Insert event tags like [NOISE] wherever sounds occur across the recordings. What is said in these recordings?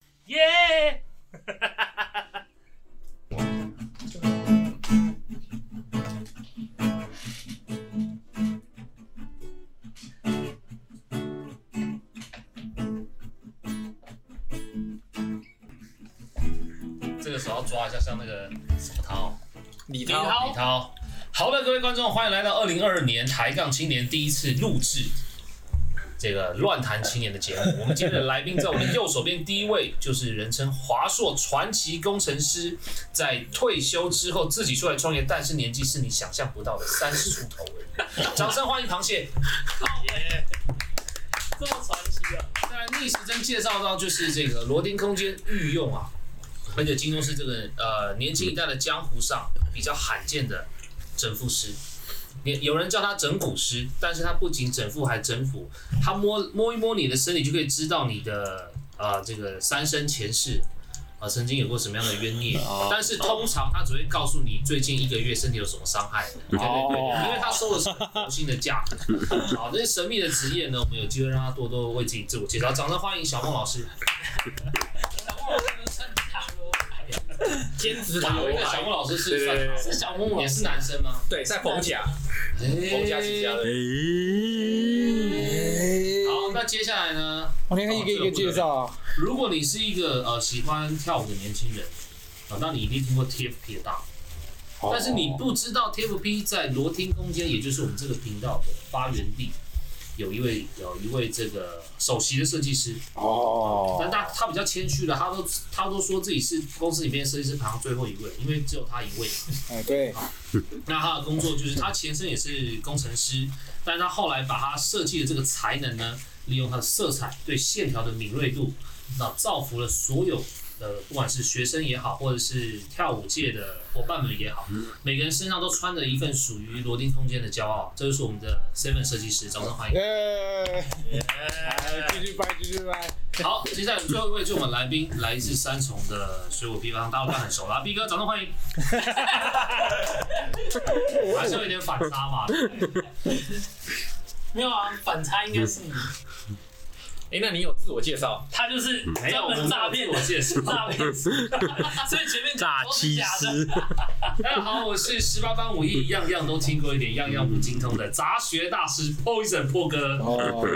[LAUGHS] 这个时候要抓一下，像那个什么涛，李涛涛，李涛。好的，各位观众，欢迎来到二零二二年抬杠青年第一次录制这个乱谈青年的 [LAUGHS] 节目。我们今天的来宾在我们右手边第一位就是人称华硕传奇工程师，在退休之后自己出来创业，但是年纪是你想象不到的三十出头 [LAUGHS] 而已。掌声欢迎螃蟹。哎这么传奇啊！当然，逆时针介绍到就是这个罗丁空间御用啊，而且金庸是这个呃年轻一代的江湖上比较罕见的整复师。也有人叫他整蛊师，但是他不仅整复还整蛊，他摸摸一摸你的身体就可以知道你的啊、呃这个三生前世啊、呃曾经有过什么样的冤孽，哦但是通常他只会告诉你最近一个月身体有什么伤害，对对对，因为他收的是佛心的价格。好，这些神秘的职业呢，我们有机会让他多多为自己自我介绍。掌声欢迎小孟老师。小梦老师称塔罗牌，兼职我塔有一罗个小孟牌，老师是对算对对是小孟老师也是男生吗？对，在逢甲，逢哎冯甲旗下的。哎好，那接下来呢？我们可以一个一个介绍啊。如果你是一个呃喜欢跳舞的年轻人啊、那你一定听过 TFP 的大名哦但是你不知道 TFP 在罗汀空间，也就是我们这个频道的发源地，有一位有一位这个首席的设计师，哦但他他比较谦虚了，他都他都说自己是公司里面设计师排行最后一位，因为只有他一位。哎，对，那他的工作就是他前身也是工程师，但是他后来把他设计的这个才能呢，利用他的色彩对线条的敏锐度，那造福了所有的不管是学生也好，或者是跳舞界的伙伴们也好，每个人身上都穿着一份属于罗丁空间的骄傲。这就是我们的 Seven 设计师，掌声欢嗯迎。耶，来哎继续掰，继续掰。好，接下来最后一位就是我们来宾，来自三重的水果批发商，大家都很熟啦。B 哥，掌声欢迎。还是有一点反差嘛。对不对没有啊，反差应该是你，哎，那你有自我介绍？他就是嗯没有专门诈骗我的们介 [LAUGHS] 绍。诈 [LAUGHS] 骗师，所以前面讲都是假的。大家哎好，我是十八般武艺，样样都听过一点，样样不精通的杂学大师 Poison 破哥。哦，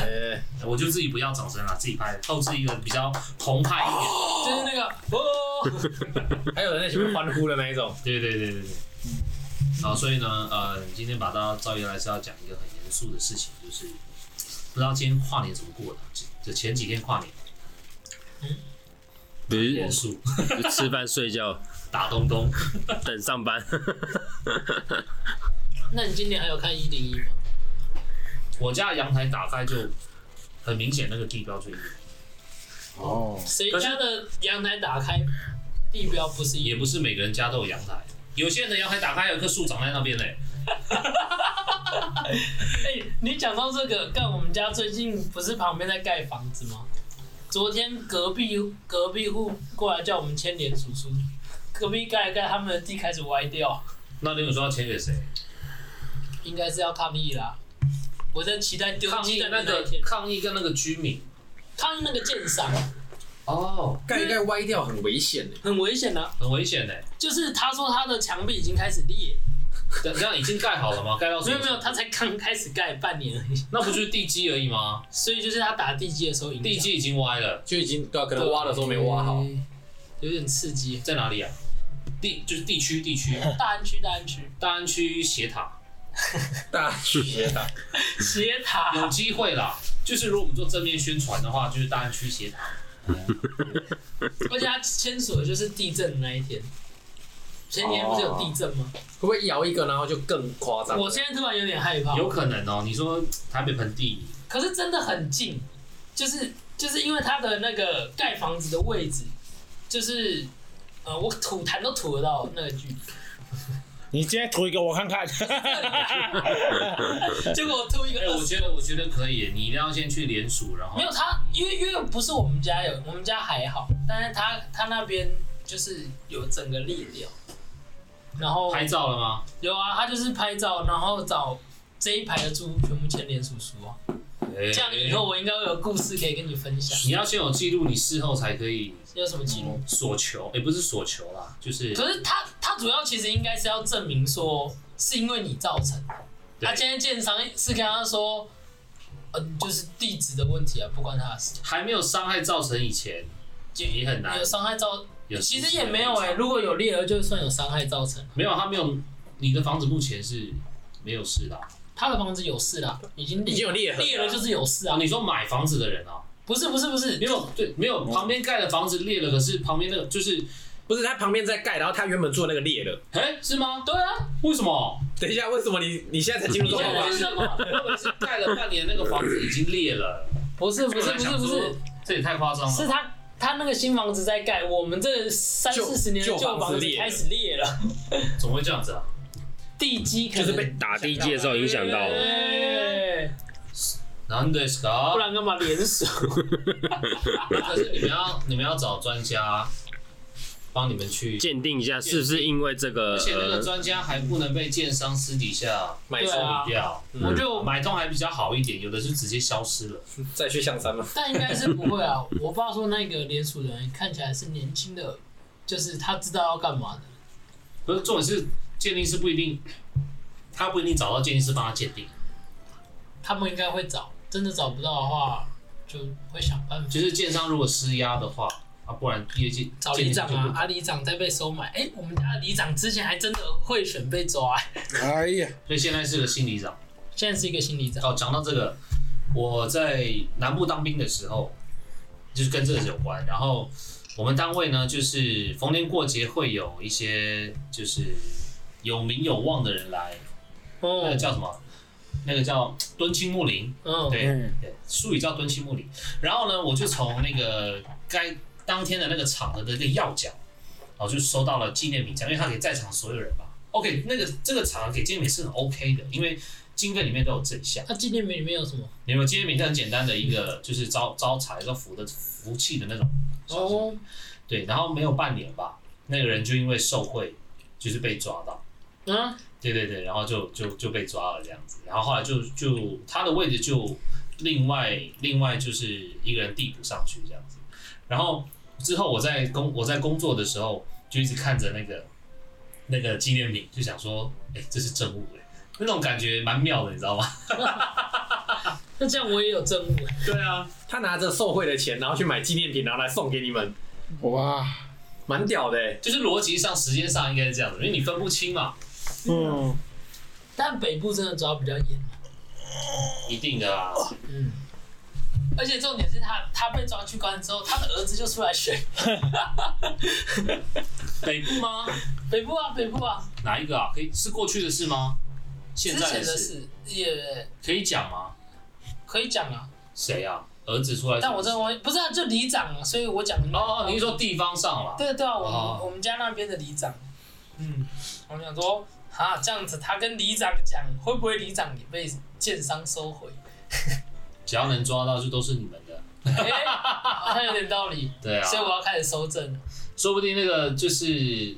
哎，我就自己不要掌声了，自己拍，后置一个比较澎湃一点。就是那个哦，还有人在前面欢呼的那一种。对对对对对。好，所以呢，呃，今天把大家招进来是要讲一个很严肃的事情，就是不知道今天跨年怎么过的，就前几天跨年比哎严如肃吃饭、睡觉、 [LAUGHS] 打东东，等上 [LAUGHS] 班。那你今年还有看一零一吗？我家的阳台打开就很明显那个地标最硬，哦，谁家的阳台打开，地标不是也一，不是每个人家都有阳台，有些人的阳台打开有一棵树长在那边嘞，哎、你讲到这个，干我们家最近不是旁边在盖房子吗？昨天隔壁隔壁户过来叫我们牵连叔叔，隔壁盖一盖，他们的地开始歪掉，那你有说要签给谁？应该是要抗议啦。我在期待丢抗鸡议蛋的那那个一天，抗议跟那个居民抗议那个建商哦，盖一盖歪掉很危险的，很危险啊，很危险嘞。就是他说他的墙壁已经开始裂，这这样已经盖好了吗？盖到什没么有没有，他才刚开始盖半年而已，那不就是地基而已吗？所以就是他打地基的时候影响，地基已嗯经歪了，就已经对啊，可能挖的时候没挖好。有点刺激。在哪里啊？地就是地区地 [LAUGHS] 区，大安区大安区大安区斜塔大学啊 [LAUGHS] 的，斜塔有机会啦。就是如果我们做正面宣传的话，就是大安区斜塔。而且他签署的就是地震的那一天。前年不是有地震哦吗？会不会摇一个，然后就更夸张？我现在突然有点害怕。有可能哦、你说台北盆地，可是真的很近，就是就是因为它的那个盖房子的位置，就是呃，我吐痰都吐得到那个 [LAUGHS] 距离，你今天吐一个我看看。结果我吐一个哎、二我十。觉得我觉得可以，你一定要先去联署，然后没有他，因为因为不是我们家有，我们家还好，但是他他那边就是有整个裂掉，然后拍照了吗？有啊，他就是拍照，然后找这一排的住户全部牵连叔叔啊。哎这样以后我应该会有故事可以跟你分享。你要先有记录，你事后才可以有什么记录？所求，也、不是所求啦，就是可是他他主要其实应该是要证明说是因为你造成的。对他今天建商是跟他说，嗯、就是地址的问题啊，不关他的事。还没有伤害造成以前，也很难有。伤害造有其实也没啊有哎、如果有裂痕，就算有伤害造成。没有啊他没有，你的房子目前是没有事的啊、他的房子有事啦，已经已经有裂痕，裂了就是有事啊啊。你说买房子的人啊，不是不是不是，没有对，没有旁边盖的房子裂了，可是旁边那个就是，不是他旁边在盖，然后他原本做那个裂了。哎、是吗？对啊，为什么？等一下，为什么你你现在才进入状我况以吧为是？是什么我以为是盖了半年那个房子已经裂了，不是不我是在不是想不说是，这也太夸张是了。他他那个新房子在盖，我们这三旧四十年的旧房旧子房子裂了开始裂了，怎么会这样子啊？地基可就能是被打地基的时候影响到了，对なんです不か？然干嘛联手？ [LAUGHS] 可是你们要你们要找专家帮你们去，鉴定一下是不是因为这个而且那啊个呃专家还不能被建商私底下买对书啊卖掉。我我就买通还比较好一点，有的是直接消失了。再去象山嘛。但应该是不会啊。我爸说那个联署人看起来是年轻的，就是他知道要干嘛的。不是重点是鉴定师不一定，他不一定找到鉴定师帮他鉴定，他们应该会找，真的找不到的话，就会想办法就是建商如果施压的话啊，不然业界找里长鉴定师就啊不。啊，里长再被收买。哎、我们家的里长之前还真的贿选被抓、哎哎呀，所以现在是个新里长。现在是一个新里长。哦，讲到这个，我在南部当兵的时候，就是跟这个有关。然后我们单位呢，就是逢年过节会有一些就是有名有望的人来，那哦个，叫什么？那个叫敦亲睦邻，嗯，对，嗯，对，术语叫敦亲睦邻。然后呢，我就从那个该当天的那个场合的那个要奖，然后就收到了纪念品奖，因为他给在场所有人嘛。OK，那个这个场合给纪念品是很 OK 的，因为经费里面都有这项。他纪念品里面有什么？你们纪念品是很简单的一个，就是招招财、招福的福气的那种。哦，对，然后没有半年吧，那个人就因为受贿，就是被抓到。嗯，对对对，然后就就就被抓了这样子，然后后来就就他的位置就另外另外就是一个人递补上去这样子，然后之后我在工我在工作的时候就一直看着那个那个纪念品，就想说，哎、这是证物哎、那种感觉蛮妙的，你知道吗？ [LAUGHS] 那这样我也有证物、哎对啊，他拿着受贿的钱，然后去买纪念品，然后来送给你们，哇，蛮屌的欸。就是逻辑上、时间上应该是这样子，因为你分不清嘛，嗯，但北部真的抓比较严。一定的啊。嗯，而且重点是他他被抓去关之后，他的儿子就出来选北部吗？北部啊，北部啊，哪一个啊？可以是过去的事吗？现之在前的的事事也可以讲吗？可以讲啊，谁啊？儿子出来？但我真的忘记不是啊，就里长啊，所以我讲哦，你是说地方上了？对对啊，我们、哦我们家那边的里长，嗯，我们想说啊，这样子他跟里长讲，会不会里长也被建商收回？ [LAUGHS] 只要能抓到，就都是你们的。哎、好像有点道理，对啊，所以我要开始收证了。说不定那个就是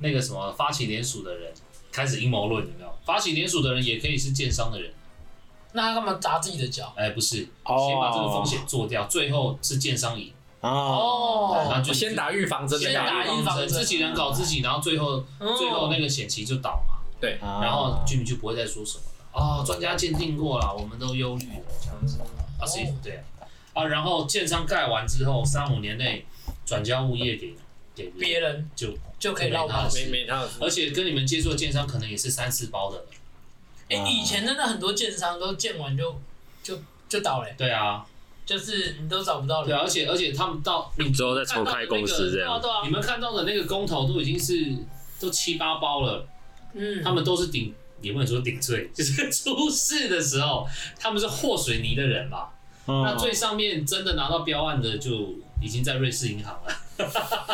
那个什么发起联署的人开始阴谋论，有没有？发起联署的人也可以是建商的人，那他干嘛砸自己的脚？哎，不是，哦先把这个风险做掉，最后是建商赢，啊，然哦，后就先打预防针，先打先打预预防防针，针自己人搞自己，然后最后嗯最后那个险棋就倒嘛，哦啊然后居民就不会再说什么了。哦，专家鉴定过了，我们都忧虑了，这样子。啊，是哦对啊，啊，然后建商盖完之后，三五年内转交物业给给别人，别人就就可以绕啊跑。没没他的哦事而且跟你们接触的建商可能也是三四包的。哎、啊以前真的很多建商都建完就就就倒嘞、对啊，就是你都找不到对人。啊，而且而且他们到你之后再重开公司这对啊，样？对啊你，们看到的那个公投都已经是都七八包了，嗯，他们都是顶，也不能说顶罪， [LAUGHS] 就是出事的时候他们是和水泥的人嘛。哦那最上面真的拿到标案的就已经在瑞士银行了，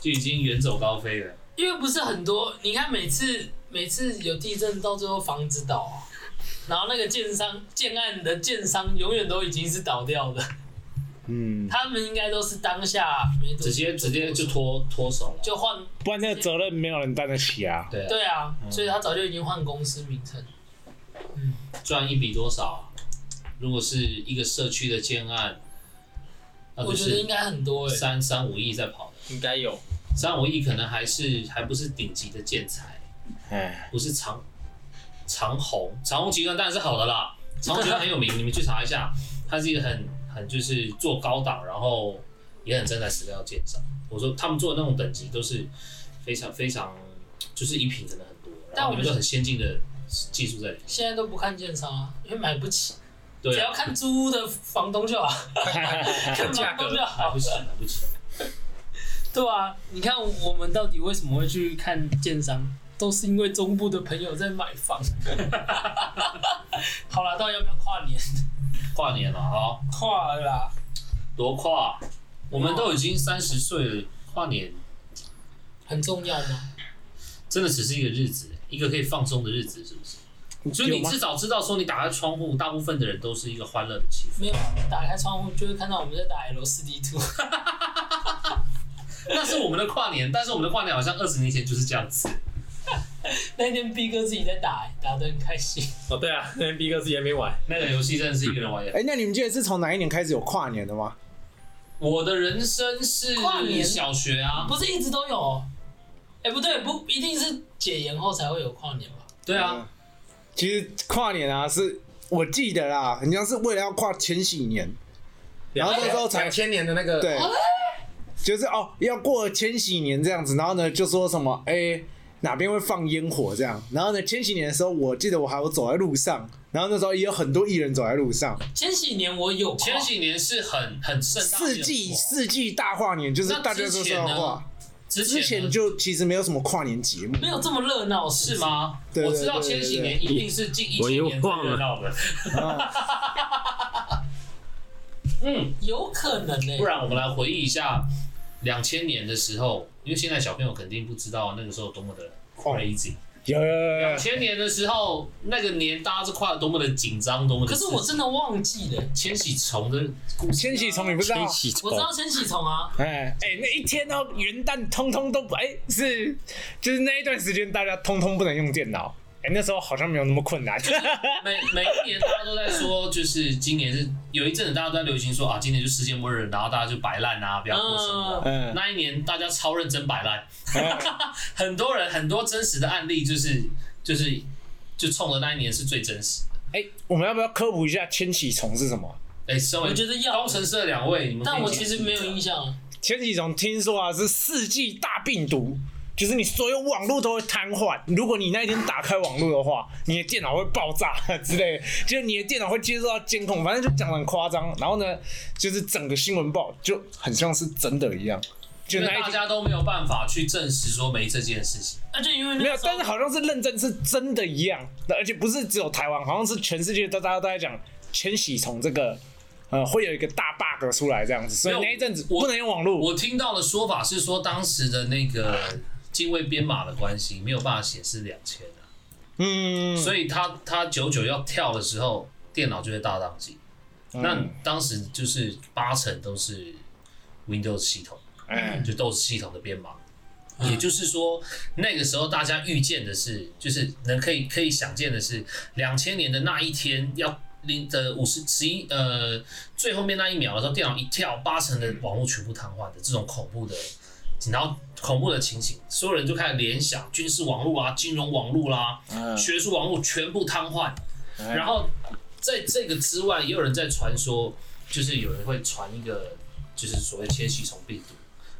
就已经远走高飞了。因为不是很多，你看每次每次有地震，到最后房子倒啊，然后那个建商建案的建商永远都已经是倒掉的， [LAUGHS] 嗯，他们应该都是当下没多直接直接就脱脱手了。就换不然那个责任没有人担得起啊。对啊，对啊，所以他早就已经换公司名称，赚一笔多少啊？如果是一个社区的建案，那我啊就觉得是应该很多哎、三三五亿在跑的，应该有，三五亿可能还是还不是顶级的建材，哎，不是长长虹，长虹集团当然是好的啦， [LAUGHS] 长虹集团很有名，你们去查一下，它是一个很很就是做高档，然后也很站在史料鉴赏。我说他们做的那种等级都是非常非常，就是一品可能很多，然但后我有们一个很先进的技术在里面。现在都不看建商啊，因为买不起，对只要啊，看租屋的房东 [LAUGHS] 就好，看价房格东就买好不。起，买不起。对啊，你看我们到底为什么会去看建商，都是因为中部的朋友在买房。 [LAUGHS] 好啦，到底要不要跨年？跨年了啊，跨了啦，多跨！哦我们都已经三十岁了，跨年很重要吗？真的只是一个日子，一个可以放松的日子，是不是？所以有你吗至少知道说，你打开窗户，大部分的人都是一个欢乐的气氛。没有，打开窗户就会看到我们在打 L 四 D two。 [LAUGHS] 那是我们的跨年，但是我们的跨年好像二十年前就是这样子。那天 B 哥自己在打、欸，打得很开心。哦，对啊，那天 B 哥自己还没玩，那个游戏真的是一个人玩也。 [LAUGHS] 哎、那你们记得是从哪一年开始有跨年的吗？我的人生是跨年小学啊，不是一直都有、哦，哎、不对，不一定是解严后才会有跨年吧？对嗯啊，其实跨年啊，是我记得啦，好像是为了要跨前几年，然后那时候才两千年的那个，哦对，就是哦，要过千禧年这样子，然后呢就说什么哎、哪边会放烟火这样，然后呢千禧年的时候，我记得我还有走在路上，然后那时候也有很多艺人走在路上，千禧年我有跨，前几年是很很盛大的世纪活世纪大跨年就是那大之家都说前要呢跨，之之前前呢就其实没有什么跨年节目，没有这么热闹是是吗？吗？对对我知道对对千禧对年一定是近一我千又年最忘了热闹的。啊嗯，有可能欸呢、不然我们来回忆一下两千年的时候，因为现在小朋友肯定不知道那个时候多么的 crazy。有有有有两千年的时候，那个年大家是跨得多么的紧张，多么的可刺激。是我真的忘记了，千禧虫的故事，千禧虫你不知道千？禧虫我知道千禧虫啊，哦哎哎，那一天哦，元旦通通都不哎、是，就是那一段时间大家通通不能用电脑。哎、那时候好像没有那么困难。每每一年大家都在说，就是今年是有一阵子大家都在流行说啊，今年就世界末日，然后大家就摆烂啊，不要过生活。嗯，嗯，那一年大家超认真摆烂，嗯 [LAUGHS] 很多人很多真实的案例就是就是就冲着那一年是最真实的。哎、我们要不要科普一下千禧虫是什么？哎、身为我觉得要工，程师的两位，你们但可以我解其释实没有一下印象了。千禧虫听说啊是世纪大病毒，就是你所有网络都会瘫痪。如果你那一天打开网络的话，你的电脑会爆炸之类的，就是你的电脑会接受到监控，反正就讲的很夸张。然后呢，就是整个新闻报就很像是真的一样，就因为那一大天。家都没有办法去证实说没这件事情。啊那就因为那没有个，时但候是好像是认证是真的一样，而且不是只有台湾，好像是全世界都大家都在讲千禧虫这个，呃，会有一个大 bug 出来这样子，所以没有那一阵子我不能用网络。我听到的说法是说，当时的那个进位编码的关系，没有办法显示两千啊，嗯，所以他他九九要跳的时候，电脑就会大宕机。嗯那当时就是八成都是 Windows 系统，哎，就都是系统的编码。也就是说，那个时候大家预见的是，就是能可以可以想见的是，两千年的那一天要零的五十十一呃最后面那一秒的时候，电脑一跳，八成的网络全部瘫痪的这种恐怖的，然后恐怖的情形，所有人就开始联想军事网络啊、金融网络啦、嗯学术网络全部瘫痪。然后在这个之外，也有人在传说，就是有人会传一个，就是所谓千禧虫病毒，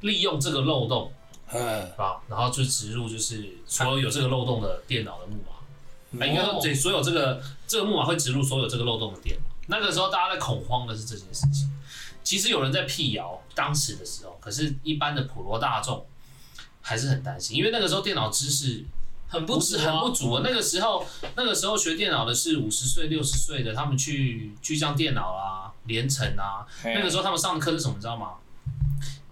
利用这个漏洞嗯，啊，然后就植入就是所有有这个漏洞的电脑的木马，哎、应该说哦对所有这个这个木马会植入所有这个漏洞的电脑。那个时候大家在恐慌的是这件事情，其实有人在辟谣，当时的时候，可是一般的普罗大众还是很担心，因为那个时候电脑知识很不不是值很啊不。足啊。那个时候，那个时候学电脑的是五十岁、六十岁的，他们去巨匠电脑啊、联成啊。那个时候他们上的课是什么，你知道吗？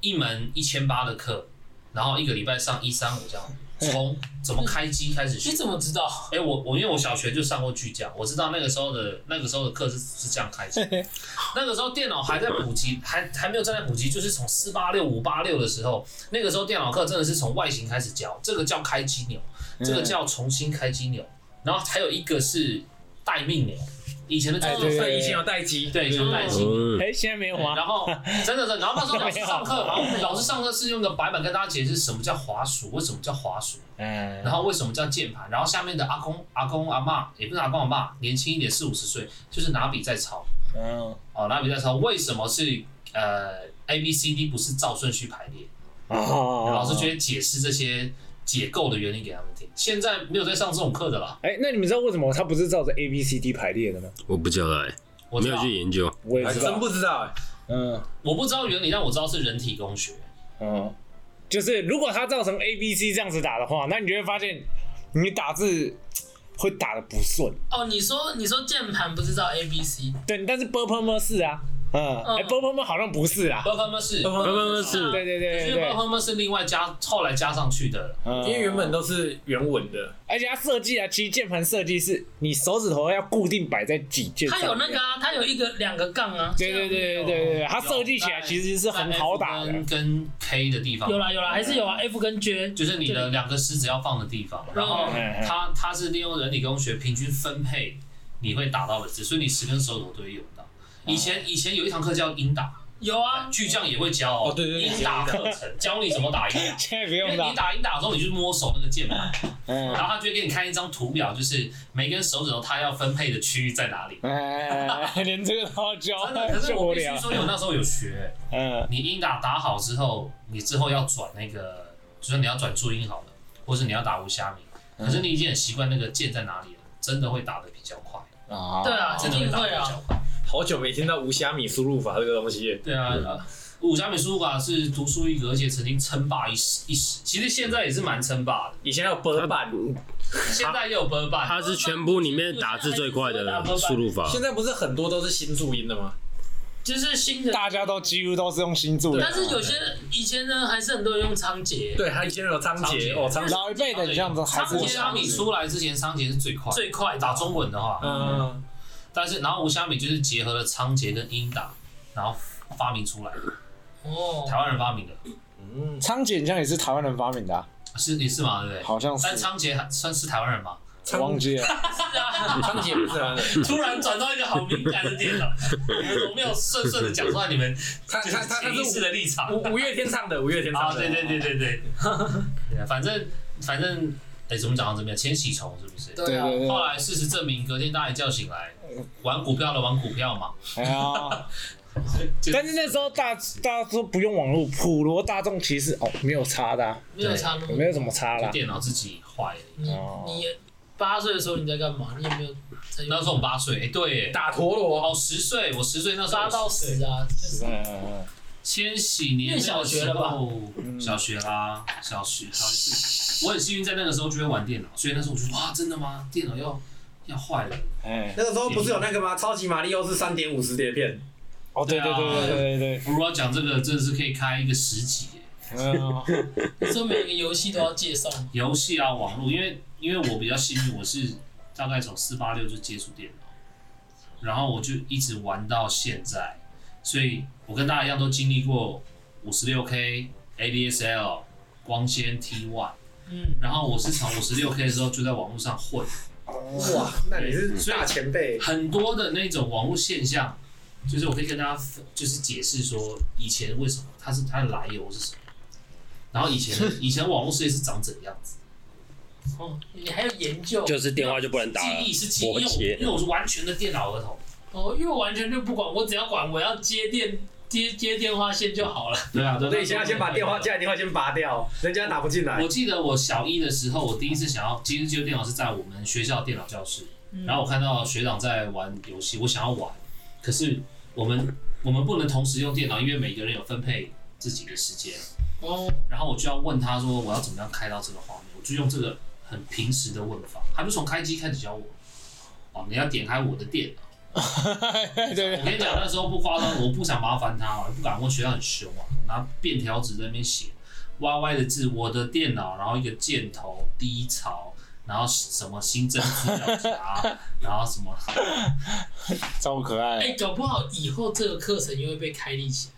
一门一千八的课，然后一个礼拜上一三五这样，从怎么开机开始学你。怎么知道？哎、我我因为我小学就上过巨匠，我知道那个时候的那个时候的课是是这样开始的。那个时候电脑还在普及，还还没有正在普及，就是从四八六、五八六的时候，那个时候电脑课真的是从外形开始教，这个叫开机钮，这个叫重新开机钮，然后还有一个是待命钮，以前的哎就是对所以以前有待机，对，就待机。嗯，哎，现在没有对啊， [LAUGHS] 然后真的是，然后那时候老师上课，然后老师上课是用个白板跟大家解释什么叫滑鼠，为什么叫滑鼠。嗯，然后为什么叫键盘？然后下面的阿公、阿公、阿嬷，也不是阿公阿嬷，年轻一点四五十岁，就是拿笔在抄嗯哦，拿笔在抄。为什么是呃 A B C D 不是照顺序排列，哦，老师就会解释这些解构的原理给他们听。现在没有在上这种课的啦，哎、那你们知道为什么它不是照着 A B C D 排列的吗？我不知道哎，我没知有道去研究。我也还知真道，不知道哎。嗯我不知道原理，但我知道是人体工学。嗯，就是如果它造成 A B C 这样子打的话，那你就会发现你打字会打的不顺。哦，你说你说键盘不是照 A B C，对，但是 b u r p l e m 是啊，嗯，哎、嗯 b u r p l e m 好像不是啊。包括他们是，不因不不不不是对对对为包对对括，他们是另外加后来加上去的。嗯因为原本都是原文的，而且它设计啊，其实键盘设计是你手指头要固定摆在几键上它面。有那个啊，它有一个两个杠啊。对对对对对对，它设计起来其实是很好打在的 F。跟跟 K 的地方有啦有啦，还是有啊，F 跟 J 就是你的两个食指要放的地方，然后嗯它它是利用人体工学平均分配你会打到的字，所以你十根手指头都会用到。以哦前以前有一堂课叫音打，有啊，巨匠也会教哦，哦对对对音打课 [LAUGHS] 程教你怎么打音打。现在不因为用你打，打音打的时候，你去摸手那个键盘，嗯然，后他就会给你看一张图表，就是每根手指头它要分配的区域在哪 [LAUGHS] 里。哎， [LAUGHS] 连这个都要教真的，，可是这我无必须聊。说，因为我那时候有学、嗯你音打打好之后，你之后要转那个，就是你要转注音好了，或是你要打无虾米，可是你已经很习惯那个键在哪里了，真的会打的比较快，啊对啊，哦真一的会定打得会比啊。较快。好久没听到无虾米输入法这个东西了。对啊，呃五虾米输入法是独树一格，而且曾经称霸一时一时。其实现在也是蛮称霸的，以前还有波板，啊现在也有 b u r b a 它是全部里面打字最快的输入法，现在不是很多都是新注音的吗？就是新的，大啊家都几乎都是用星座的但，是有些以前呢，还是很多人用仓颉，对，还以前有仓仓颉颉哦，仓颉，老一辈的你像都还是五虾米出来之前，桑杰是最快的，最快打中文的话，嗯，但是然后五虾米就是结合了仓颉跟音打，然后发明出来的，哦，台湾人发明的，仓颉，像也是台湾人发明的啊，是也是嘛，对不对？好像是但仓颉还算是台湾人吗？我忘记了。是啊，仓颉 [LAUGHS] 不是啊，突然转到一个好敏感的点了，你们怎么没有顺顺的讲出来你们他就是他他潜意识是的立场？五五月天唱的，五月天唱啊，的，对对对对对，对啊反正反正，哎，怎么讲到这边？千禧虫是不是？对对啊，对对，后来事实证明，隔天大家一觉醒来，玩股票的玩股票嘛，哎呀， [LAUGHS] 就但是那时候大大家说不用网络，普罗大众其实哦没有差的啊，没有差那么没多。有什么差啦。电脑自己坏了。你你八岁的时候你在干嘛？你有没有在哦那时候我们八岁，哎，对耶，打陀螺，哦，十岁，我十岁那时候八到十啊？就是嗯嗯千禧年那个时念小学了吧候，小学啦，小学，小学我很幸运在那个时候就会玩电脑，所以那时候我就说哇，真的吗？电脑要要坏了，嗯哎，那个时候不是有那个吗？超级马里奥是三点五十碟片，哦对对对对对对对，我如果要讲这个，真的是可以开一个十集耶 [LAUGHS] 嗯说每个游戏都要介绍吗，游戏啊，网络，因为因为我比较幸运，我是大概从四八六就接触电脑，然后我就一直玩到现在，所以我跟大家一样都经历过五十六 K、ADSL、光纤 T One，嗯，然后我是从五十六 K 的时候就在网络上混。哇，那你是大前 [LAUGHS] 辈，很多的那种网络现象，就是我可以跟大家分就是解释说以前为什么它是它的来由是什么，然后以前 [LAUGHS] 以前网络世界是长怎样子，哦，你还有研究就是电话就不能打了记忆是记忆，因摩为我羯因为我是完全的电脑儿童，哦，因为我完全就不管，我只要管我要接电接接电话线就好了。对啊，所以现在先把电话家里电话先拔掉，人家打不进来我。记得我小一的时候，我第一次想要今日接触电脑是在我们学校的电脑教室，嗯然后我看到学长在玩游戏，我想要玩，可是我们我们不能同时用电脑，因为每个人有分配自己的时间。哦，然后我就要问他说我要怎么样开到这个画面，我就用这个很平时的问法，他就从开机开始教我。哦，你要点开我的电脑。对对我跟你讲，那时候不夸张，我不想麻烦他，我也不敢问学校很凶啊，拿便条纸在那边写歪歪的字，我的电脑，然后一个箭头低潮，然后什么新增资料夹， [LAUGHS] 然后什么超可爱。哎，搞不好以后这个课程又会被开立起来。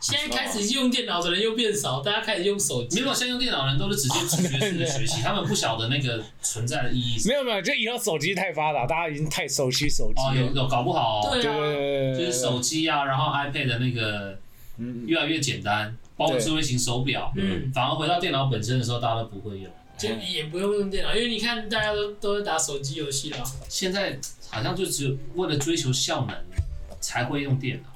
现在开始用电脑的人又变少，大家开始用手没机。有先用电脑的人都是直接直觉式的哦学习，他们不晓得那个存在的意义是。没有没有，就以后手机太发达，大家已经太熟悉手机哦，有了。有搞不好、哦，对对对啊，对对就对，是手机啊，然后 iPad 的那个嗯，越来越简单，包括智慧型手表，嗯，反而回到电脑本身的时候，大家都不会用。就也不用用电脑，因为你看大家都都在打手机游戏了。现在好像就只有为了追求效能才会用电脑，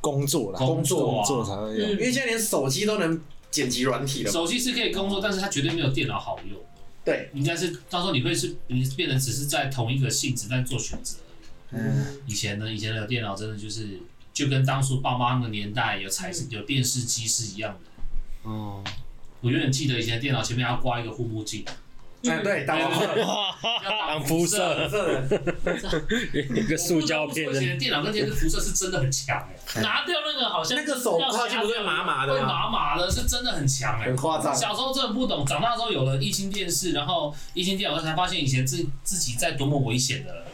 工作啦，工作啊工作才会用。嗯因为现在连手机都能剪辑软体了嘛。手机是可以工作，但是它绝对没有电脑好用。对，应该是到时候你会是你变成只是在同一个性质但做选择。 [LAUGHS] 嗯，以前呢，以前的电脑真的就是就跟当初爸妈那个年代有彩色有电视机是一样的。哦，我永远记得以前的电脑前面要挂一个护目镜，哎，对，打王者，挡挡辐射，这一个塑胶片我不得不说以前的，的电脑跟电视辐射是真的很强哎、拿掉那个好像那个手要套就不是麻麻会的啊麻吗？麻的，是真的很强哎、很夸张。小时候真的不懂，长大之后有了液晶电视，然后液晶电脑才发现以前自自己在多么危险的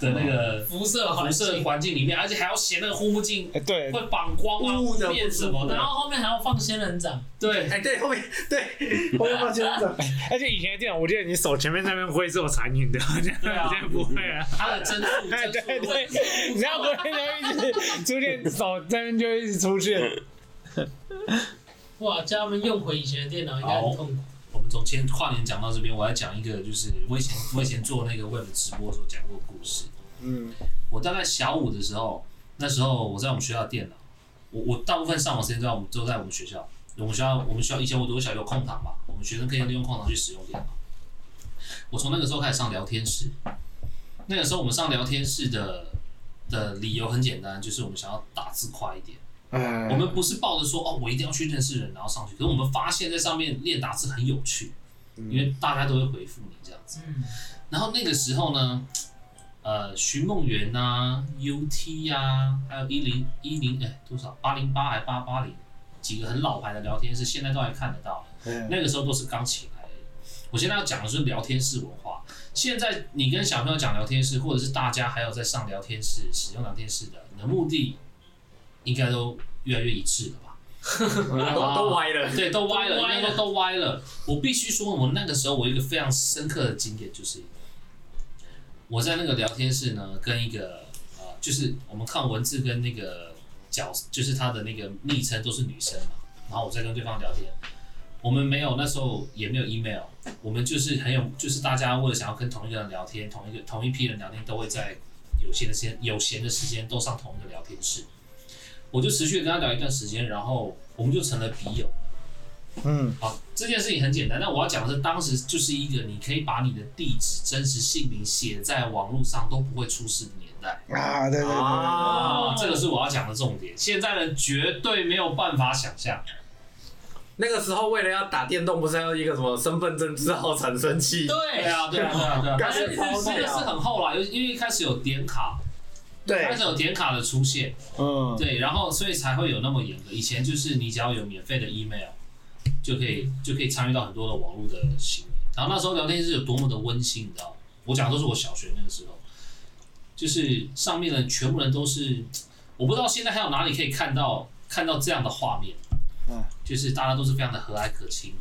的那个辐射辐环射境，环境里面，而且还要嫌那个护目镜哎，对，会反光啊、雾的变什么然的，后后面还要放仙人掌，对，哎，对，后面对，后面放先生，而且以前的电脑，我记得你手前面那边会是有残影的，现对啊在不会 [LAUGHS] 了。它的帧数哎，帧对数对会，你要不然就一直出现手那边就一直 [LAUGHS] 出现。哇，叫他们用回以前的电脑应该很痛苦。我们从今天跨年讲到这边，我要讲一个，就是我以前我以前做那个 Web 直播的时候讲过的故事。嗯，我大概小五的时候，那时候我在我们学校的电脑，我我大部分上网时间都在我们都在我们学校。我们学校我们学校以前我读的小学有空堂嘛，我们学生可以利用空堂去使用电脑。我从那个时候开始上聊天室，那个时候我们上聊天室的的理由很简单，就是我们想要打字快一点。哎我们不是抱着说哦，我一定要去认识人，然后上去。可是我们发现，在上面练打字很有趣，因为大家都会回复你这样子。嗯，然后那个时候呢，呃，徐梦啊圆呐、UT 呀、啊还有一零一零哎多少八零八还八八零，几个很老牌的聊天室，现在都还看得到。那个时候都是刚起来而已。我现在要讲的是聊天室文化。现在你跟小朋友讲聊天室，或者是大家还有在上聊天室、使用聊天室的，你的目的应该都越来越一致了吧？ [LAUGHS] 都都歪了，对，都歪了，都应歪了该说都歪了。我必须说，我那个时候我有一个非常深刻的经验就是，我在那个聊天室呢，跟一个呃，就是我们看文字跟那个角，就是他的那个昵称都是女生嘛，然后我在跟对方聊天。我们没有，那时候也没有 email，我们就是很有，就是大家为了想要跟同一个人聊天，同一个同一批人聊天，都会在有闲的时间有闲的时间都上同一个聊天室。我就持续地跟他聊一段时间，然后我们就成了笔友。嗯，好，这件事情很简单，但我要讲的是，当时就是一个你可以把你的地址、真实姓名写在网络上都不会出事的年代啊，对对 [LAUGHS] 对，啊，啊，这个是我要讲的重点。现在人绝对没有办法想象，那个时候为了要打电动，不是还有一个什么身份证字号产生器？对对，啊，对啊，对啊， [LAUGHS] 对啊。干但是这超这个屌是很后来，因为一开始有点卡，开对始有点卡的出现，嗯，对，然后所以才会有那么严格。以前就是你只要有免费的 email，就可以就可以参与到很多的网络的行为。然后那时候聊天室有多么的温馨，你知道吗？我讲的都是我小学那个时候，就是上面的全部人都是，我不知道现在还有哪里可以看到看到这样的画面。嗯就是大家都是非常的和蔼可亲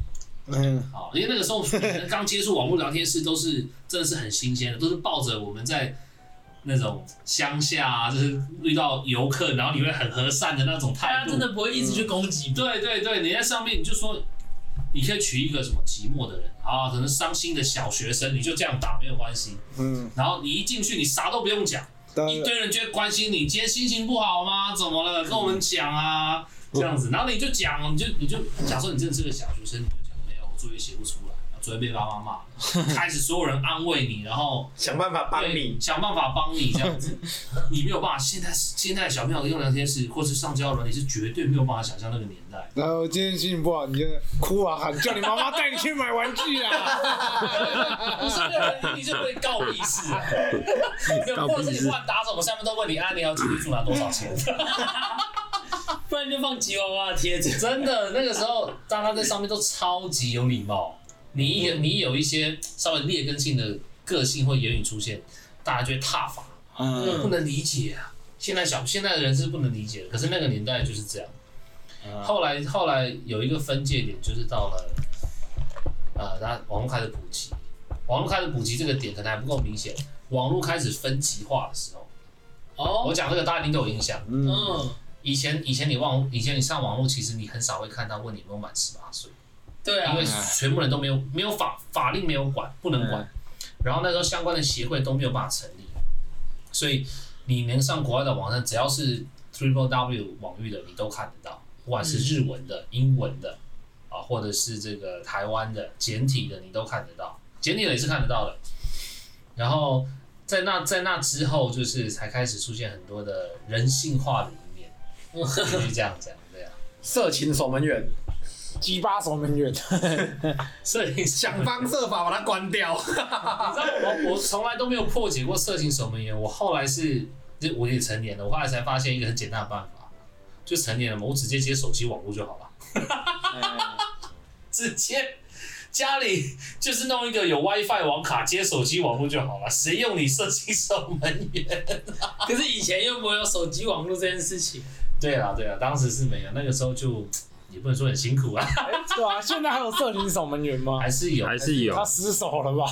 嗯，啊，因为那个时候可能刚接触网络聊天室都是真的是很新鲜的，都是抱着我们在那种乡下啊，就是遇到游客，然后你会很和善的那种态大家度，真的不会一直去攻击。对对对，你在上面你就说，你可以取一个什么寂寞的人啊，可能伤心的小学生，你就这样打没有关系。嗯，然后你一进去，你啥都不用讲，当一然堆人就会关心你，今天心情不好吗？怎么了？跟我们讲啊，这样子。然后你就讲，你就你就假设你真的是个小学生，你就讲没有，我作业写不出来，作业被爸妈骂，开始所有人安慰你，然后想办法帮对你。想办法帮你这样子，你没有办法。现在现在小朋友用聊天室或是上交友软件是绝对没有办法想象那个年代。然后今天心情不好，你就哭啊喊，叫你妈妈带你去买玩具啊！ [LAUGHS] 不是那个人一定就被告密室啊，没有，或者是你乱打什么，下面都问你啊，你要今天住哪多少钱？不然就放吉娃娃的贴纸。真的，那个时候大家在上面都超级有礼貌，你有你有一些稍微劣根性的个性或言语出现，大家就会挞伐，嗯，不能理解啊。现在小现在的人是不能理解的，可是那个年代就是这样。后来后来有一个分界点，就是到了，呃，它网络开始普及，网络开始普及这个点可能还不够明显，网络开始分级化的时候，哦，我讲这个大家一定都有印象。嗯，以前以前你忘，以前你上网络，其实你很少会看到问你有没有满十八岁，对啊因为，全部人都没有没有法法令没有管，不能管。然后那时候相关的协会都没有办法成立，所以你能上国外的网站，只要是 Triple W 网域的你都看得到，不管是日文的、英文的啊，或者是这个台湾的简体的，你都看得到，简体的也是看得到的。然后在那在那之后，就是才开始出现很多的人性化的一面，就是这样讲这样。色情守门员，鸡巴守门员，摄影想想方设法把它关掉。你知道我我从来都没有破解过色情守门员，我后来是就我也成年了，我后来才发现一个很简单的办法，就成年了嘛，我直接接手机网络就好了， [LAUGHS] 直接家里就是弄一个有 WiFi 网卡接手机网络就好了，谁用你色情守门员？啊 [LAUGHS] 可是以前又没有手机网络这件事情，对啦对啦，当时是没有，那个时候就也不能说很辛苦啊，对啊，现在还有色情守门员吗还？是有还是有他失手了吧？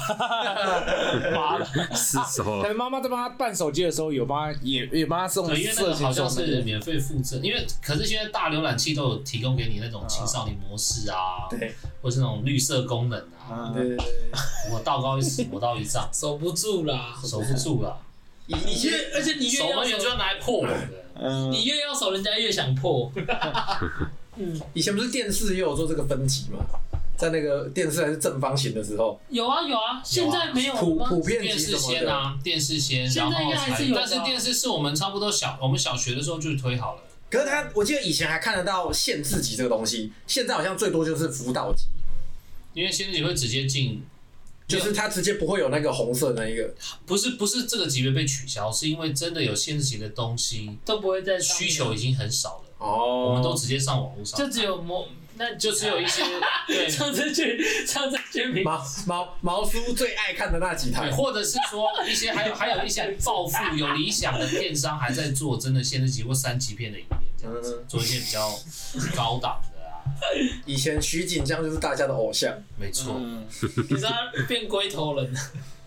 妈的！是时候可能妈妈在帮他办手机的时候，有帮他也也帮他送对，因为那色个好情守像门是员。免费附赠，因为可是现在大浏览器都有提供给你那种青少年模式啊，嗯对，或是那种绿色功能啊。啊对对对，我道高一 [LAUGHS] 尺，魔高一丈，守不住啦。守不住了。以以你前越而且你越守要门员就守，要拿来破我的，嗯，你越要守，人家越想破。嗯，以前不是电视也有做这个分级嘛，在那个电视还是正方形的时候，有啊有啊，现在没有了普吗？普遍电级视什么先的。啊，电视先，现然在应后该还才是有的啊但是电视是我们差不多小，我们小学的时候就推好了。可是他，我记得以前还看得到限制级这个东西，现在好像最多就是辅导级，因为现在你会直接进，就是它直接不会有那个红色的那一个。不是不是这个级别被取消，是因为真的有限制级的东西都不会再上面需求已经很少了，哦我们都直接上网络上，就只有某那啊就只有一 [LAUGHS] 些对上次去上次去民毛毛毛叔最爱看的那几台对，，或者是说一些还有还有一些暴富有理想的电商还在做真的限制级或三级片的影片，这样子嗯做一些比较高档的啊，以前徐锦江就是大家的偶像，没错。嗯你知道他变龟头人，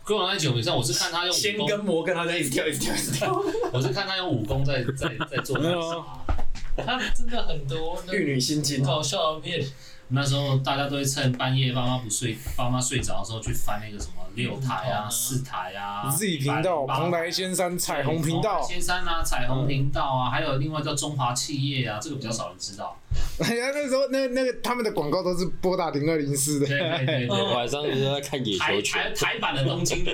龟王那九尾上，我是看他用先武跟摩根他在一直跳，一直跳，一直跳。功，我是看他用武功在在在做没那有啊啥。他真的很多那玉女心 [LAUGHS] 经，搞笑的片，那时候大家都会趁半夜爸妈不睡，爸妈睡着的时候去翻那个什么六台嗯啊、四台啊、 Z 频道、 108庞台仙山、彩虹频道，嗯仙山啊、彩虹频道啊，还有另外叫中华企业啊，这个比较少人知 [LAUGHS] 道。人家那时候那那个他们的广告都是拨打零二零四对对的。对对，晚上就在看野台球 [LAUGHS] 台拳，台版的东京热，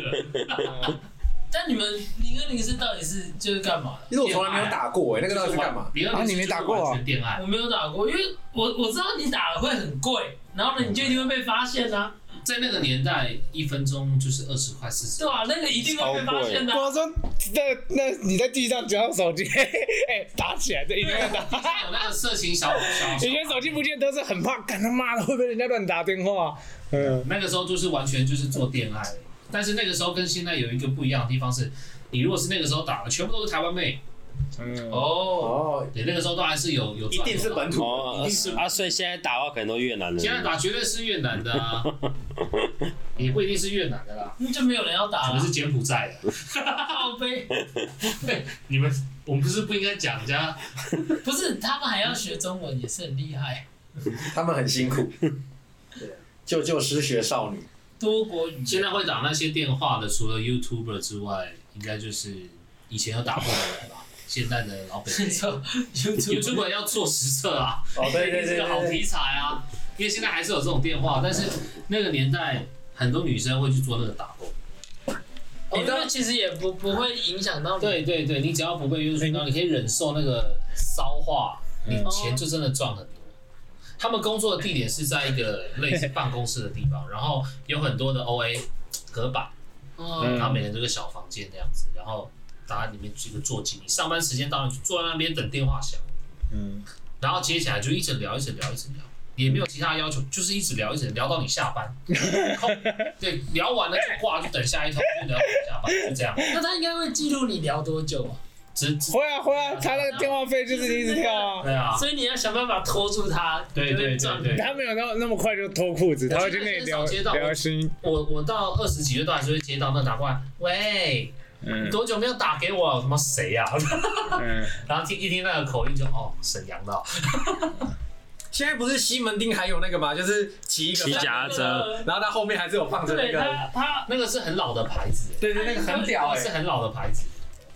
但你们零跟零四到底是就是干嘛的？因为我从来没有打过 [LAUGHS] 哎、那个到底是干嘛？别人啊你没打过啊恋爱我没有打过，因为我我知道你打了会很贵，然后呢你就一定会被发现啊，在那个年代，一分钟就是二十块四十对。吧、那个一定会被发现的、啊。我说那那你在地上捡到手机，哎，打起来，这一定要打。有那个色情小小，以前手机不见得是很怕，干他妈的会被人家乱打电话。嗯，那个时候就是完全就是做恋爱，但是那个时候跟现在有一个不一样的地方是，你如果是那个时候打的，全部都是台湾妹嗯，哦，哦，对，那个时候都还是有有一赚定是有打本土。哦啊，所以现在打的话可能都越南人。现在打绝对是越南的 [LAUGHS] 啊，也不一定是越南的啦，那 [LAUGHS] 就没有人要打啊我们了是，柬埔寨的， [LAUGHS] 靠背你们我们不是不应该讲人家，不是他们还要学中文，也是很厉害，他们很辛苦。救救失学少女，多国语现言。在会打那些电话的，除了 YouTuber 之外，应该就是以前有打过的人吧， [LAUGHS] 现在的老北你 [LAUGHS] 北。说 YouTube YouTuber 要做实测啊，哦对对对这是个好题材啊，因为现在还是有这种电话，但是那个年代很多女生会去做那个打工。哦因为其实也不不会影响到你。对对对，你只要不被约束到，你可以忍受那个骚话，你钱就真的赚很多。他们工作的地点是在一个类似办公室的地方，然后有很多的 OA 隔板，哦，嗯然后每人这个小房间这样子，然后打在里面是一个坐机，你上班时间到了你就坐在那边等电话响，嗯，然后接起来就一直聊，一直聊，一直聊，也没有其他要求，就是一直聊，一直聊到你下 [LAUGHS] 班，对，聊完了就挂，就等下一通，就聊到你下班，就这样，那他应该会记录你聊多久啊？只只会啊会啊，他那个电话费就是一直跳啊。对啊，所以你要想办法拖住他，对对对赚对 [LAUGHS] 他没有那那么快就脱裤子，他会跟你聊我现在很少接到聊心。我我到二十几岁都还是会接到那打过来，喂，嗯你多久没有打给我？他妈谁呀？嗯， [LAUGHS] 然后听一听那个口音就哦，沈阳的哦，现在不是西门町还有那个嘛，就是骑一个骑脚踏车，然后它后面还是有放着那对个，他他那个是很老的牌子，对对，那个很那嗯屌哎、个是很老的牌子。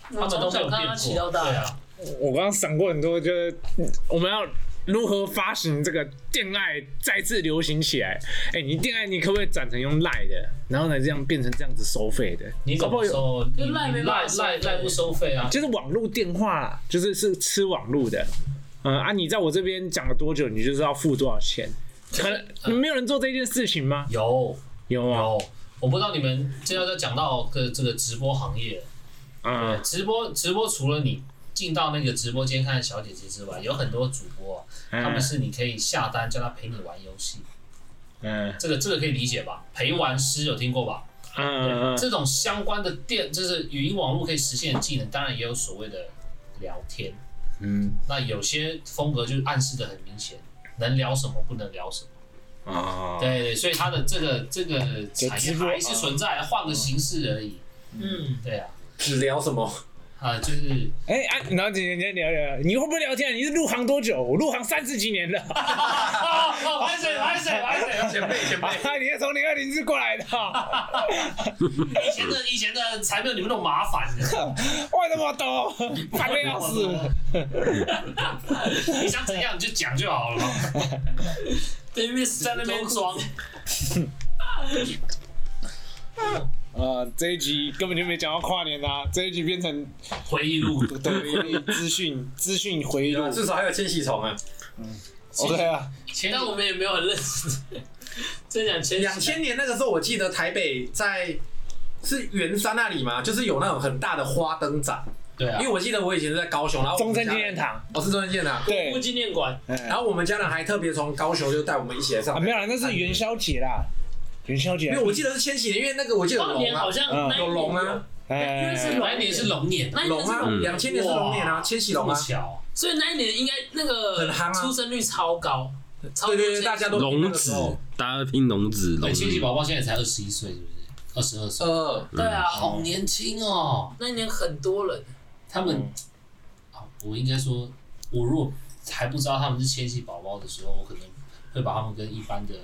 他他们都没有看变他骑过。到大对，啊，我刚刚闪过很多，就是嗯我们要如何发行这个恋爱再次流行起来？哎、你恋爱你可不可以转成用赖的，然后呢这样变成这样子收费的？你搞怎不好么有收？就你赖没赖赖办法收费赖不收费啊？就是网络电话啦，就是是吃网络的。嗯啊，你在我这边讲了多久，你就是要付多少 [LAUGHS] 钱？可能没有人做这件事情吗？呃有有啊，有，我不知道你们这要再讲到个这个直播行业，嗯，直播直播除了你进到那个直播间看小姐姐之外，有很多主播啊、他们嗯是你可以下单叫他陪你玩游戏，嗯这个这个可以理解吧？陪玩师有听过吧？嗯嗯这种相关的电，就是语音网络可以实现的技能，当然也有所谓的聊天。嗯那有些风格就是暗示的很明显，能聊什么，不能聊什么。啊，对对，所以它的这个这个产业直播还是存在，换个形式而已。嗯，对啊，只聊什么？啊，就是哎啊，然后姐姐姐聊聊，你会不会聊天啊？你是入行多久？我入行三十几年 [LAUGHS] 了，啊哦，拍水拍水拍 [LAUGHS] 水，前辈前辈，你是从零二零四过来的 [LAUGHS] 啊，以前的以前的才没有你们那么麻烦 [LAUGHS] 呢。我怎么懂？烦的要死。你想怎样你就讲就好了嘛，对面死在那边装。 [LAUGHS] 呃，这一集根本就没讲到跨年啊，这一集变成回忆录。对资讯资讯回忆录至少还有千禧虫啊， ，OK 啊，前但我们也没有很认识。真讲前两千年那个时候，我记得台北在是圆山那里嘛，就是有那种很大的花灯展。对啊因为，我记得我以前是在高雄，然后我中们正家纪人念，堂，哦是中正纪念堂，对部，纪念馆，哎然后我们家人还特别从高雄就带我们一起来上啊，班。没有啦，那是元宵节啦，元宵节没，有，我记得是千禧年，因为那个我记得有跨龙年好啊，像嗯那一有年龙啊，因为是哎，龙那一年是龙年，那一年龙是啊龙，嗯两千年是龙年啊，千禧这龙么啊，巧，所以那一年应该那很个夯啊出生率超高，超对多对对，千大家都龙那个子时候，大家拼龙子，对，龙千子禧。宝宝现在才二十一岁，是不是？二十二岁，呃，对啊，好年轻哦。那一年很多人，他们啊，我应该说，我如果还不知道他们是千禧宝宝的时候，我可能会把他们跟一般的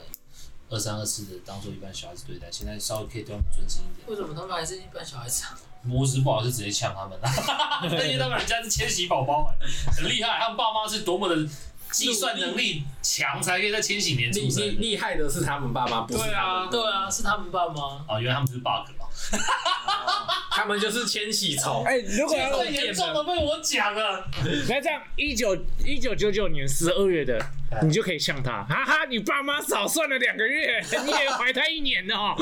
二三二四的当做一般小孩子对待。现在稍微可以对他们尊敬一点，为什么他们还是一般小孩子啊？我只是不好是直接呛他们 [LAUGHS] 啦，因为他们人家是千禧宝宝、哎，很厉害，他们爸妈是多么的计算能力强，才可以在千禧年厉出生厉的。厉害的是他们爸妈，不是对他啊们，对啊，是他们爸妈。啊，原来他们是 bug 了，他们就是千禧虫。哎，如果要最严重的被我讲了。那这样，一九一九九九年十二月的，你就可以像他，哈哈，你爸妈少算了两个月， [LAUGHS] 你也怀胎一年哦，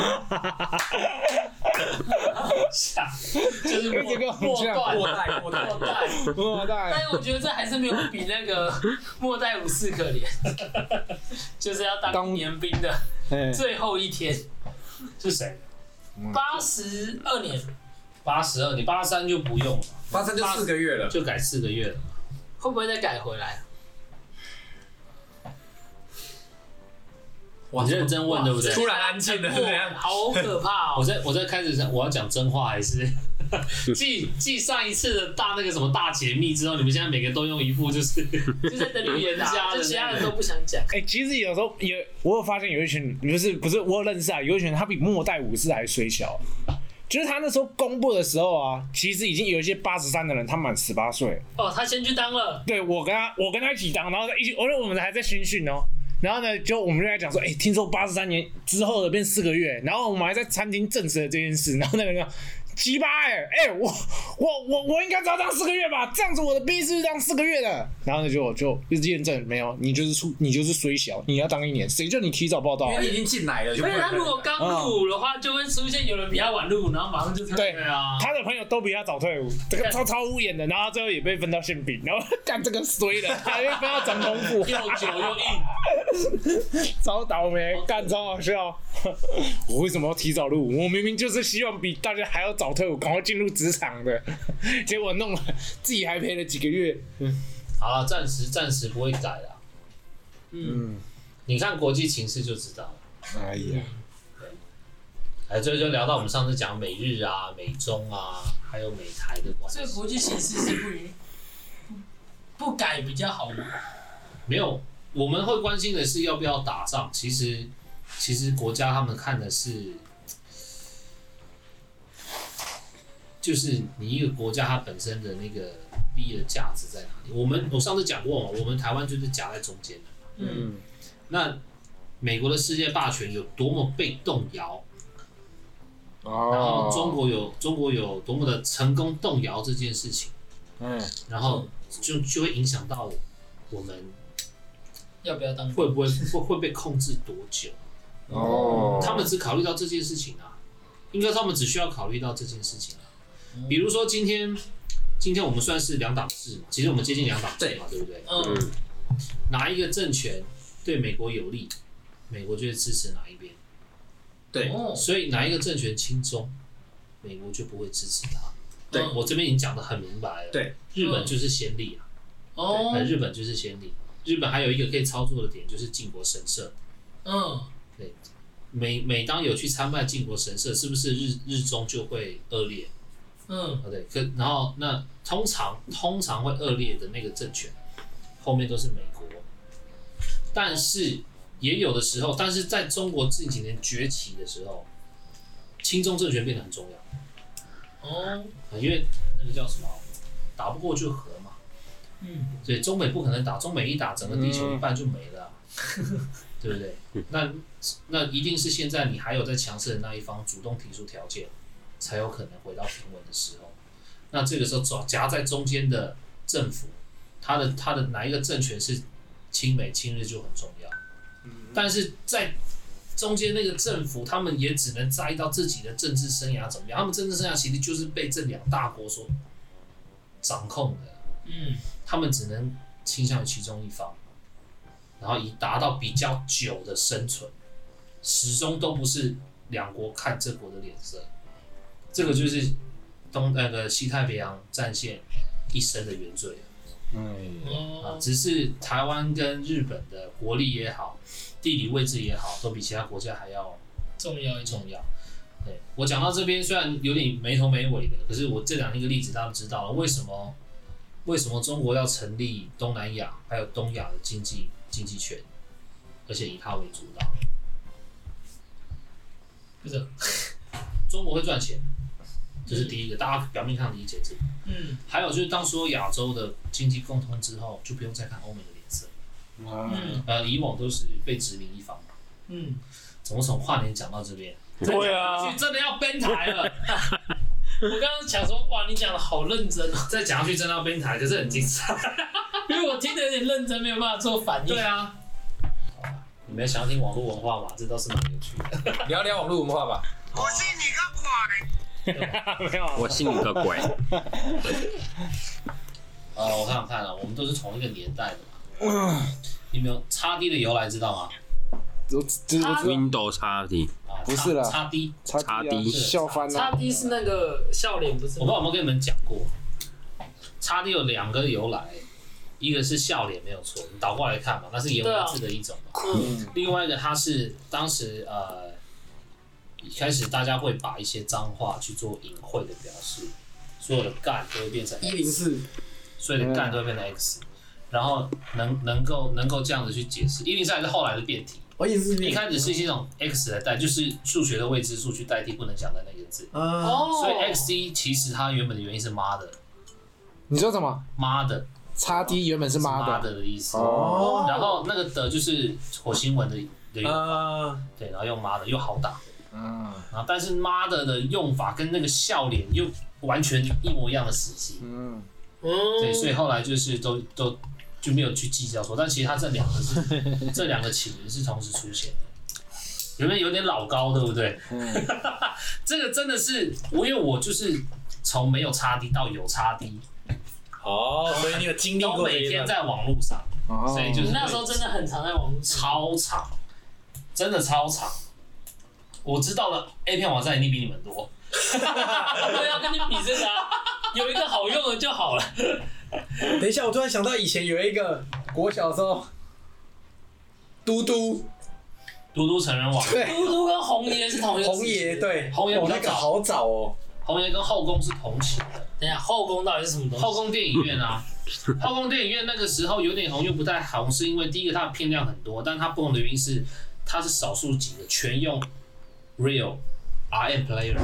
就是一直跟我们末这样段过代过代末段， [LAUGHS] 哇，大但是我觉得这还是没有比那个末代武士可怜， [LAUGHS] 就是要当一年兵的 [LAUGHS] 哎，最后一天，是谁？八十二年八十二，你八三就不用了，发生就四个月了，就改四个月了。会不会再改回来？哇你认真问对不对突然安静了，是怎样？好可怕我 [LAUGHS] 哦！在我在开始想我要讲真话还是继继上一次的大那个什么大解密之后，你们现在每个都用一副就是 [LAUGHS] 就在等你演啊， [LAUGHS] 就其他人都不想讲。哎、其实有时候也，我有发现有一群，不是不是，我有认识啊，有一群人他比末代武士还衰小，就是他那时候公布的时候啊，其实已经有一些八十三的人，他满十八岁，哦，他先去当了，对我跟他我跟他一起当，然后一起，而且我们还在军训哦。然后呢，就我们就在讲说，哎、听说八十三年之后的变四个月，然后我们还在餐厅证实了这件事，然后那个人说，鸡巴哎、哎、我我我我应该只要当四个月吧，这样子我的 B 是不是当四个月的？然后呢就就就验证没有，你就是出你就是虽小，你要当一年，谁叫你提早报道因啊、为你已经进来了，就而不且他如果刚入伍的话，就会出现有人比他晚入伍，然后马上就对对啊，他的朋友都比他早退伍，这个超超敷衍的，然后他最后也被分到宪兵，然后干这个衰的，还被分到总统 [LAUGHS] 府，又久又硬，超倒霉，干超好笑。 [LAUGHS] 我为什么要提早入伍？我明明就是希望比大家还要早退伍，赶快进入职场的， [LAUGHS] 结果弄了自己还赔了几个月。好了，暂时暂时不会改了。嗯，你看国际情势就知道了。哎呀，哎，这就聊到我们上次讲美日啊、美中啊，还有美台的关所以系。国际形势是不允不改比较好吗？没有，我们会关心的是要不要打仗。其实，其实国家他们看的是就是你一个国家它本身的那个利益的价值在哪里？我们我上次讲过嘛，我们台湾就是夹在中间的。嗯，那美国的世界霸权有多么被动摇，然后哦，中国有中国有多么的成功动摇这件事情，嗯，然后就就会影响到我们要不要当？会不会会会被控制多久？哦，他们只考虑到这件事情啊，应该他们只需要考虑到这件事情啊。比如说今天，今天我们算是两党制嘛，其实我们接近两党制嘛，对不对？嗯，哪一个政权对美国有利，美国就会支持哪一边。对哦所以哪一个政权亲中，美国就不会支持他。哦对我这边已经讲得很明白了。对，嗯日本就是先例啊，哦呃，日本就是先例。日本还有一个可以操作的点就是靖国神社，嗯，每每当有去参拜靖国神社，是不是日日中就会恶劣？嗯，啊，对，可然后那通常通常会恶劣的那个政权，后面都是美国，但是也有的时候，但是在中国近几年崛起的时候，亲中政权变得很重要。哦，啊，因为那个叫什么，打不过就和嘛，嗯，所以中美不可能打，中美一打，整个地球一半就没了啊、对不对？那那一定是现在你还有在强势的那一方主动提出条件，才有可能回到平稳的时候。那这个时候走夹在中间的政府，他的他的哪一个政权是亲美亲日就很重要，但是在中间那个政府，他们也只能在意到自己的政治生涯怎么样。他们政治生涯其实就是被这两大国所掌控的，嗯，他们只能倾向于其中一方，然后以达到比较久的生存，始终都不是两国看这国的脸色。这个就是东那个西太平洋战线一生的原罪哎啊！哦，只是台湾跟日本的国力也好，地理位置也好，都比其他国家还要重要一种，重要。对我讲到这边，虽然有点没头没尾的，可是我这两一个例子大家都知道了，为什么为什么中国要成立东南亚还有东亚的经济经济圈，而且以它为主导，不是， [LAUGHS] 中国会赚钱，这是第一个，大家表面上理解这个。嗯，还有就是，当所有亚洲的经济共通之后，就不用再看欧美的脸色。嗯，呃，以往都是被殖民一方嘛，嗯，怎么从跨年讲到这边？对啊，去真的要编台了。 [LAUGHS] 我刚刚想说，哇，你讲的好认真哦，再讲下去真的要编台，可是很精 [LAUGHS] 彩。因为我听得有点认真，没有办法做反应对。啊。你们想要听网络文化嘛？这倒是蛮有趣的。聊聊网络文化吧。我信你个鬼！ [LAUGHS] 没有啊，我信你个 [LAUGHS] 鬼！啊，我看看了，我们都是同一个年代的嘛。你们有叉 D 的由来知道吗？我只我知道 Windows 叉 T 啊，不是啦叉 D，差差低低笑翻了叉。D 是那个笑脸，不是我不吗知？道有没有跟你们讲过。叉 D 有两个由来，一个是笑脸没有错，你倒过来看嘛，那是颜文字的一种嘛。嗯另外一个，它是当时呃，一开始大家会把一些脏话去做隐晦的表示，所有的干都会变成一零四，所以干都会变成 X，然后能能够能够这样子去解释，一零三是后来的变体，我一零四一开始是一种 X 来代，就是数学的未知数去代替不能讲的那个字，啊，哦，所以 X 一其实它原本的原因是妈的，你说什么？妈的，差低原本是是妈妈的，的的意思，哦然后那个的就是火星文的的用，啊，对，然后用妈的又好打，嗯然后但是妈的的用法跟那个笑脸又完全一模一样的时机，嗯，对，所以后来就是都都就没有去计较说，但其实它这 [LAUGHS] 两个是这两个起源是同时出现的，有没有有点老高，对不对？嗯 [LAUGHS] 这个真的是我，因为我就是从没有插 D 到有插 D，哦，所以你有经历都过这每一天段，在网络上，哦所以就是你那时候真的很常在网络 [LAUGHS] 上，超长，真的超长。我知道了，A 片网站一定比你们多。对啊，跟你比这个啊，有一个好用的就好了。等一下，我突然想到以前有一个国小的时候，嘟嘟， [LAUGHS] 嘟嘟成人网，对，嘟嘟跟红爷是同一个红爷，对，红爷比哦较那个早好早哦，红爷跟后宫是同期的。等一下啊后宫到底是什么东西？后宫电影院 [LAUGHS] 啊，后宫电影院那个时候有点红又不太红，是因为第一个它的片量很多，但它不红的原因是它是少数几个全用 real R M player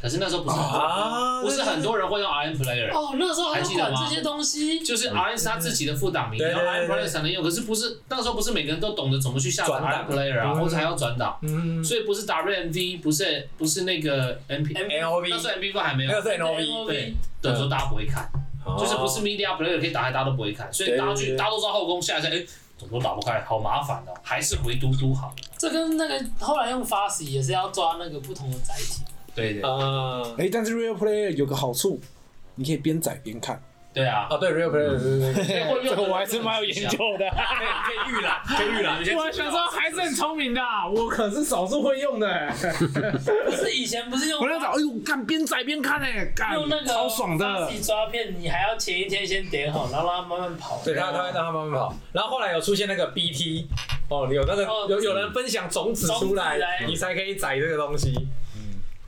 可是那时候不是很多啊不是很多人会用 RM Player，哦，那时候还要管这些东西，就是 RM 是他自己的副档名，嗯对对然后 RM 对对 Player 才能用。可是不是那时候不是每个人都懂得怎么去下载转档 RM Player 啊，嗯或者还要转档，嗯所以不是 WMV，不是不是那个 MP， ，N O V，那时候 MP 还没那有，个是 N O V，对等于说大家不会看，就是不是 Media Player 可以打开，大家都不会看，所以大家哦对对去对大家都知道后宫下一下，哎，怎么都打不开，好麻烦哦，还是回嘟嘟好。这跟那个后来用 Fast 也是要抓那个不同的载体。对对啊，哎、但是 Real Player 有个好处，你可以边载边看，对啊，哦对，Real Player，对对对，会用的这个我还是蛮有 [LAUGHS] 研究的。可哎以可以预览，可以预览，有些 [LAUGHS] 我小时候还是很聪明的啊、我可是少数会用的、 [LAUGHS] 不是以前不是用我那种，哎呦，干边载边看哎、干用那个超爽的 Fast 抓片，你还要前一天先点好，然后让它慢慢跑。对他，他会让他慢慢跑。然后后来有出现那个 BT，哦，有那个哦有有人分享种子出种子来来，你才可以载这个东西。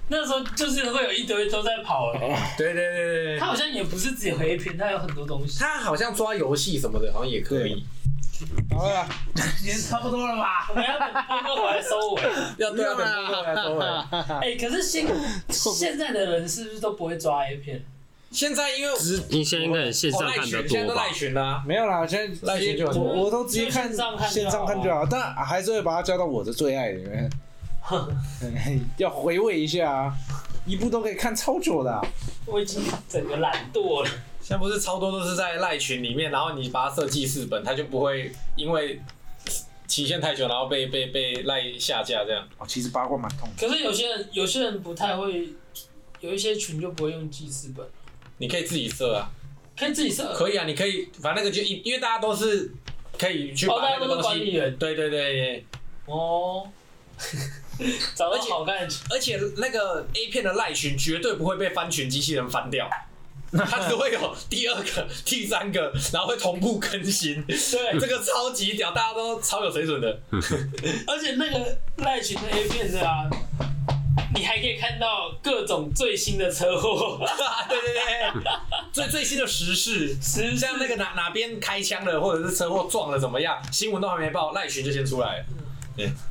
那时候就是会有一堆都在跑、欸，对对对对对它好像也不是只有 A 片，它有很多东西。他好像抓游戏什么的，好像也可以。好了，今天差不多了吧？我们要等哥回来收尾。要对啊，等过后来收回来。哎、可是现现在的人是不是都不会抓 A 片？现在因为只是你现在应该很线哦上赖看群的现在多都吧赖？群啦，没有啦，现在赖直群接就很多我我都直接看就线上看就好哦线上看就好，但还是会把它加到我的最爱里 [LAUGHS] 面。要回味一下啊，一部都可以看超久的啊、我已经整个懒惰了。现在不是超多都是在赖群里面，然后你把它设计四本，它就不会因为期限太久，然后被被被赖下架这样。哦，其实八卦蛮痛的。可是有些人，有些人不太会，有一些群就不会用记事本，你可以自己设啊，可以自己设。可以啊，你可以，反正那个就一，因为大家都是可以去哦，把大家那都个是东管西理员对对对，哦。找到好干群，而且那个 A 片的赖群绝对不会被翻群机器人翻 [LAUGHS] 掉，它只会有第二个、第三个，然后会同步更新。对，这个超级屌，大家都超有水准的。而且那个赖群的 A 片的啊，你还可以看到各种最新的车 [LAUGHS] 祸，[LAUGHS] 对对对，最最新的时事，时事像那个哪哪边开枪了，或者是车祸撞了怎么样，新闻都还没报，赖群就先出来了。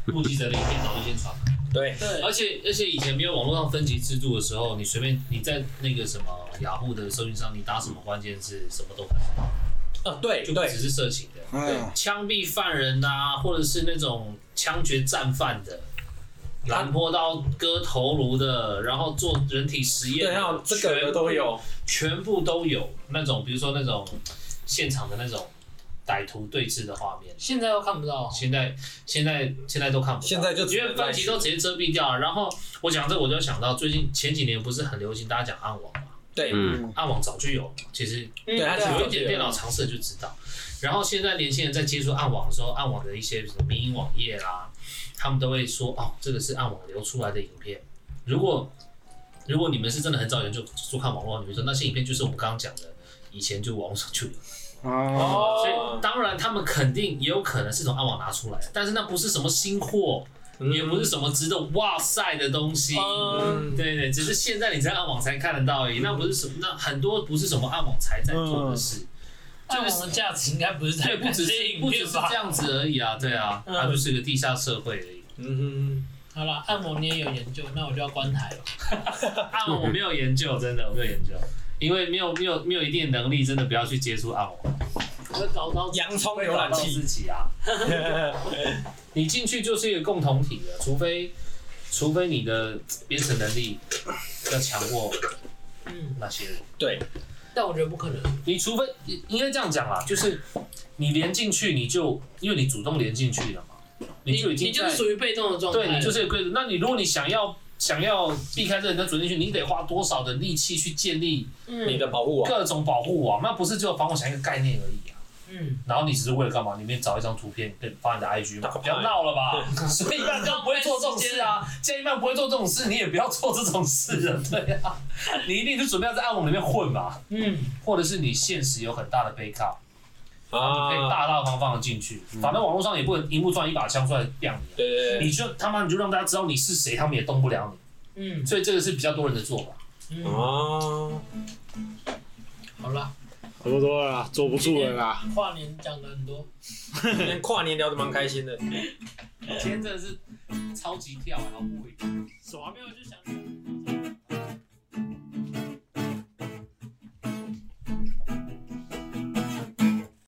目击者的影片早就先传了。对，对，而且而且以前没有网络上分级制度的时候，你随便你在那个什么雅虎的搜寻上，你打什么关键字，什么都看得到，呃，对就不对只是色情的，嗯，枪毙犯人呐、或者是那种枪决战犯的，拦坡刀割头颅的，然后做人体实验的，对，还有这个的都会有。全部，全部都有那种，比如说那种现场的那种歹徒对峙的画面。现在都看不到。现在现在现在都看不到，现在就只因能为分级都直接遮蔽掉了。然后我讲这，我就想到最近前几年不是很流行大家讲暗网嘛，对，嗯，暗网早就有了，其实嗯对他啊只有一点电脑常识就知道。然后现在年轻人在接触暗网的时候，暗网的一些什么民营网页啦，他们都会说哦，这个是暗网流出来的影片。如果如果你们是真的很早以前就就看网络，你们说那些影片就是我们刚刚讲的，以前就网络上就有。啊，所哦以，当然，他们肯定也有可能是从暗网拿出来的，但是那不是什么新货，嗯也不是什么值得哇塞的东西。哦嗯，对对，只是现在你在暗网才看得到而已，那不是什么，那很多不是什么暗网才在做的事，暗网的价值应该不是在对，不只这些是影不只片是吧这？样子而已啊，对啊，嗯它就是个地下社会而已。嗯好啦，按摩你也有研究，那我就要关台了。暗啊 [LAUGHS] 网我没有研究，真的我没有研究，因为没有没有没有一定的能力，真的不要去接触暗网，我会搞到哼，洋葱会浏搞览到器自。己啊。 [LAUGHS] 你进去就是一个共同体了，除非除非你的编程能力要强过嗯，那些人，对，但我觉得不可能。你除非应该这样讲啦，就是你连进去你就因为你主动连进去了嘛，你就已你经就是在属于被动的状态了，对你就是有规则。那你如果你想要想要避开这人的主进去，你得花多少的力气去建立你嗯的保护网。各种保护网？那不是只有防火墙一个概念而已啊。嗯，然后你只是为了干嘛？里面找一张图片跟发你的 IG 嘛，打个不要牌闹了吧。 [LAUGHS] 所以一般不会做这种事啊，建议一般不会做这种事，你也不要做这种事了，对啊。你一定是准备要在暗网里面混嘛，嗯，或者是你现实有很大的背靠，你可以嗯啊，大大方方的进去。反正网络上也不能荧幕转一把枪出来亮你啊，对对你对，就他妈你就让大家知道你是谁，他们也动不了你。嗯所以这个是比较多人的做法。嗯，哦，好啦，差不多了啦，坐不住了啦。跨年讲了很多，今嗯天跨年聊得蛮开心的。今天真的是超级跳，然后不回。我还没有去想。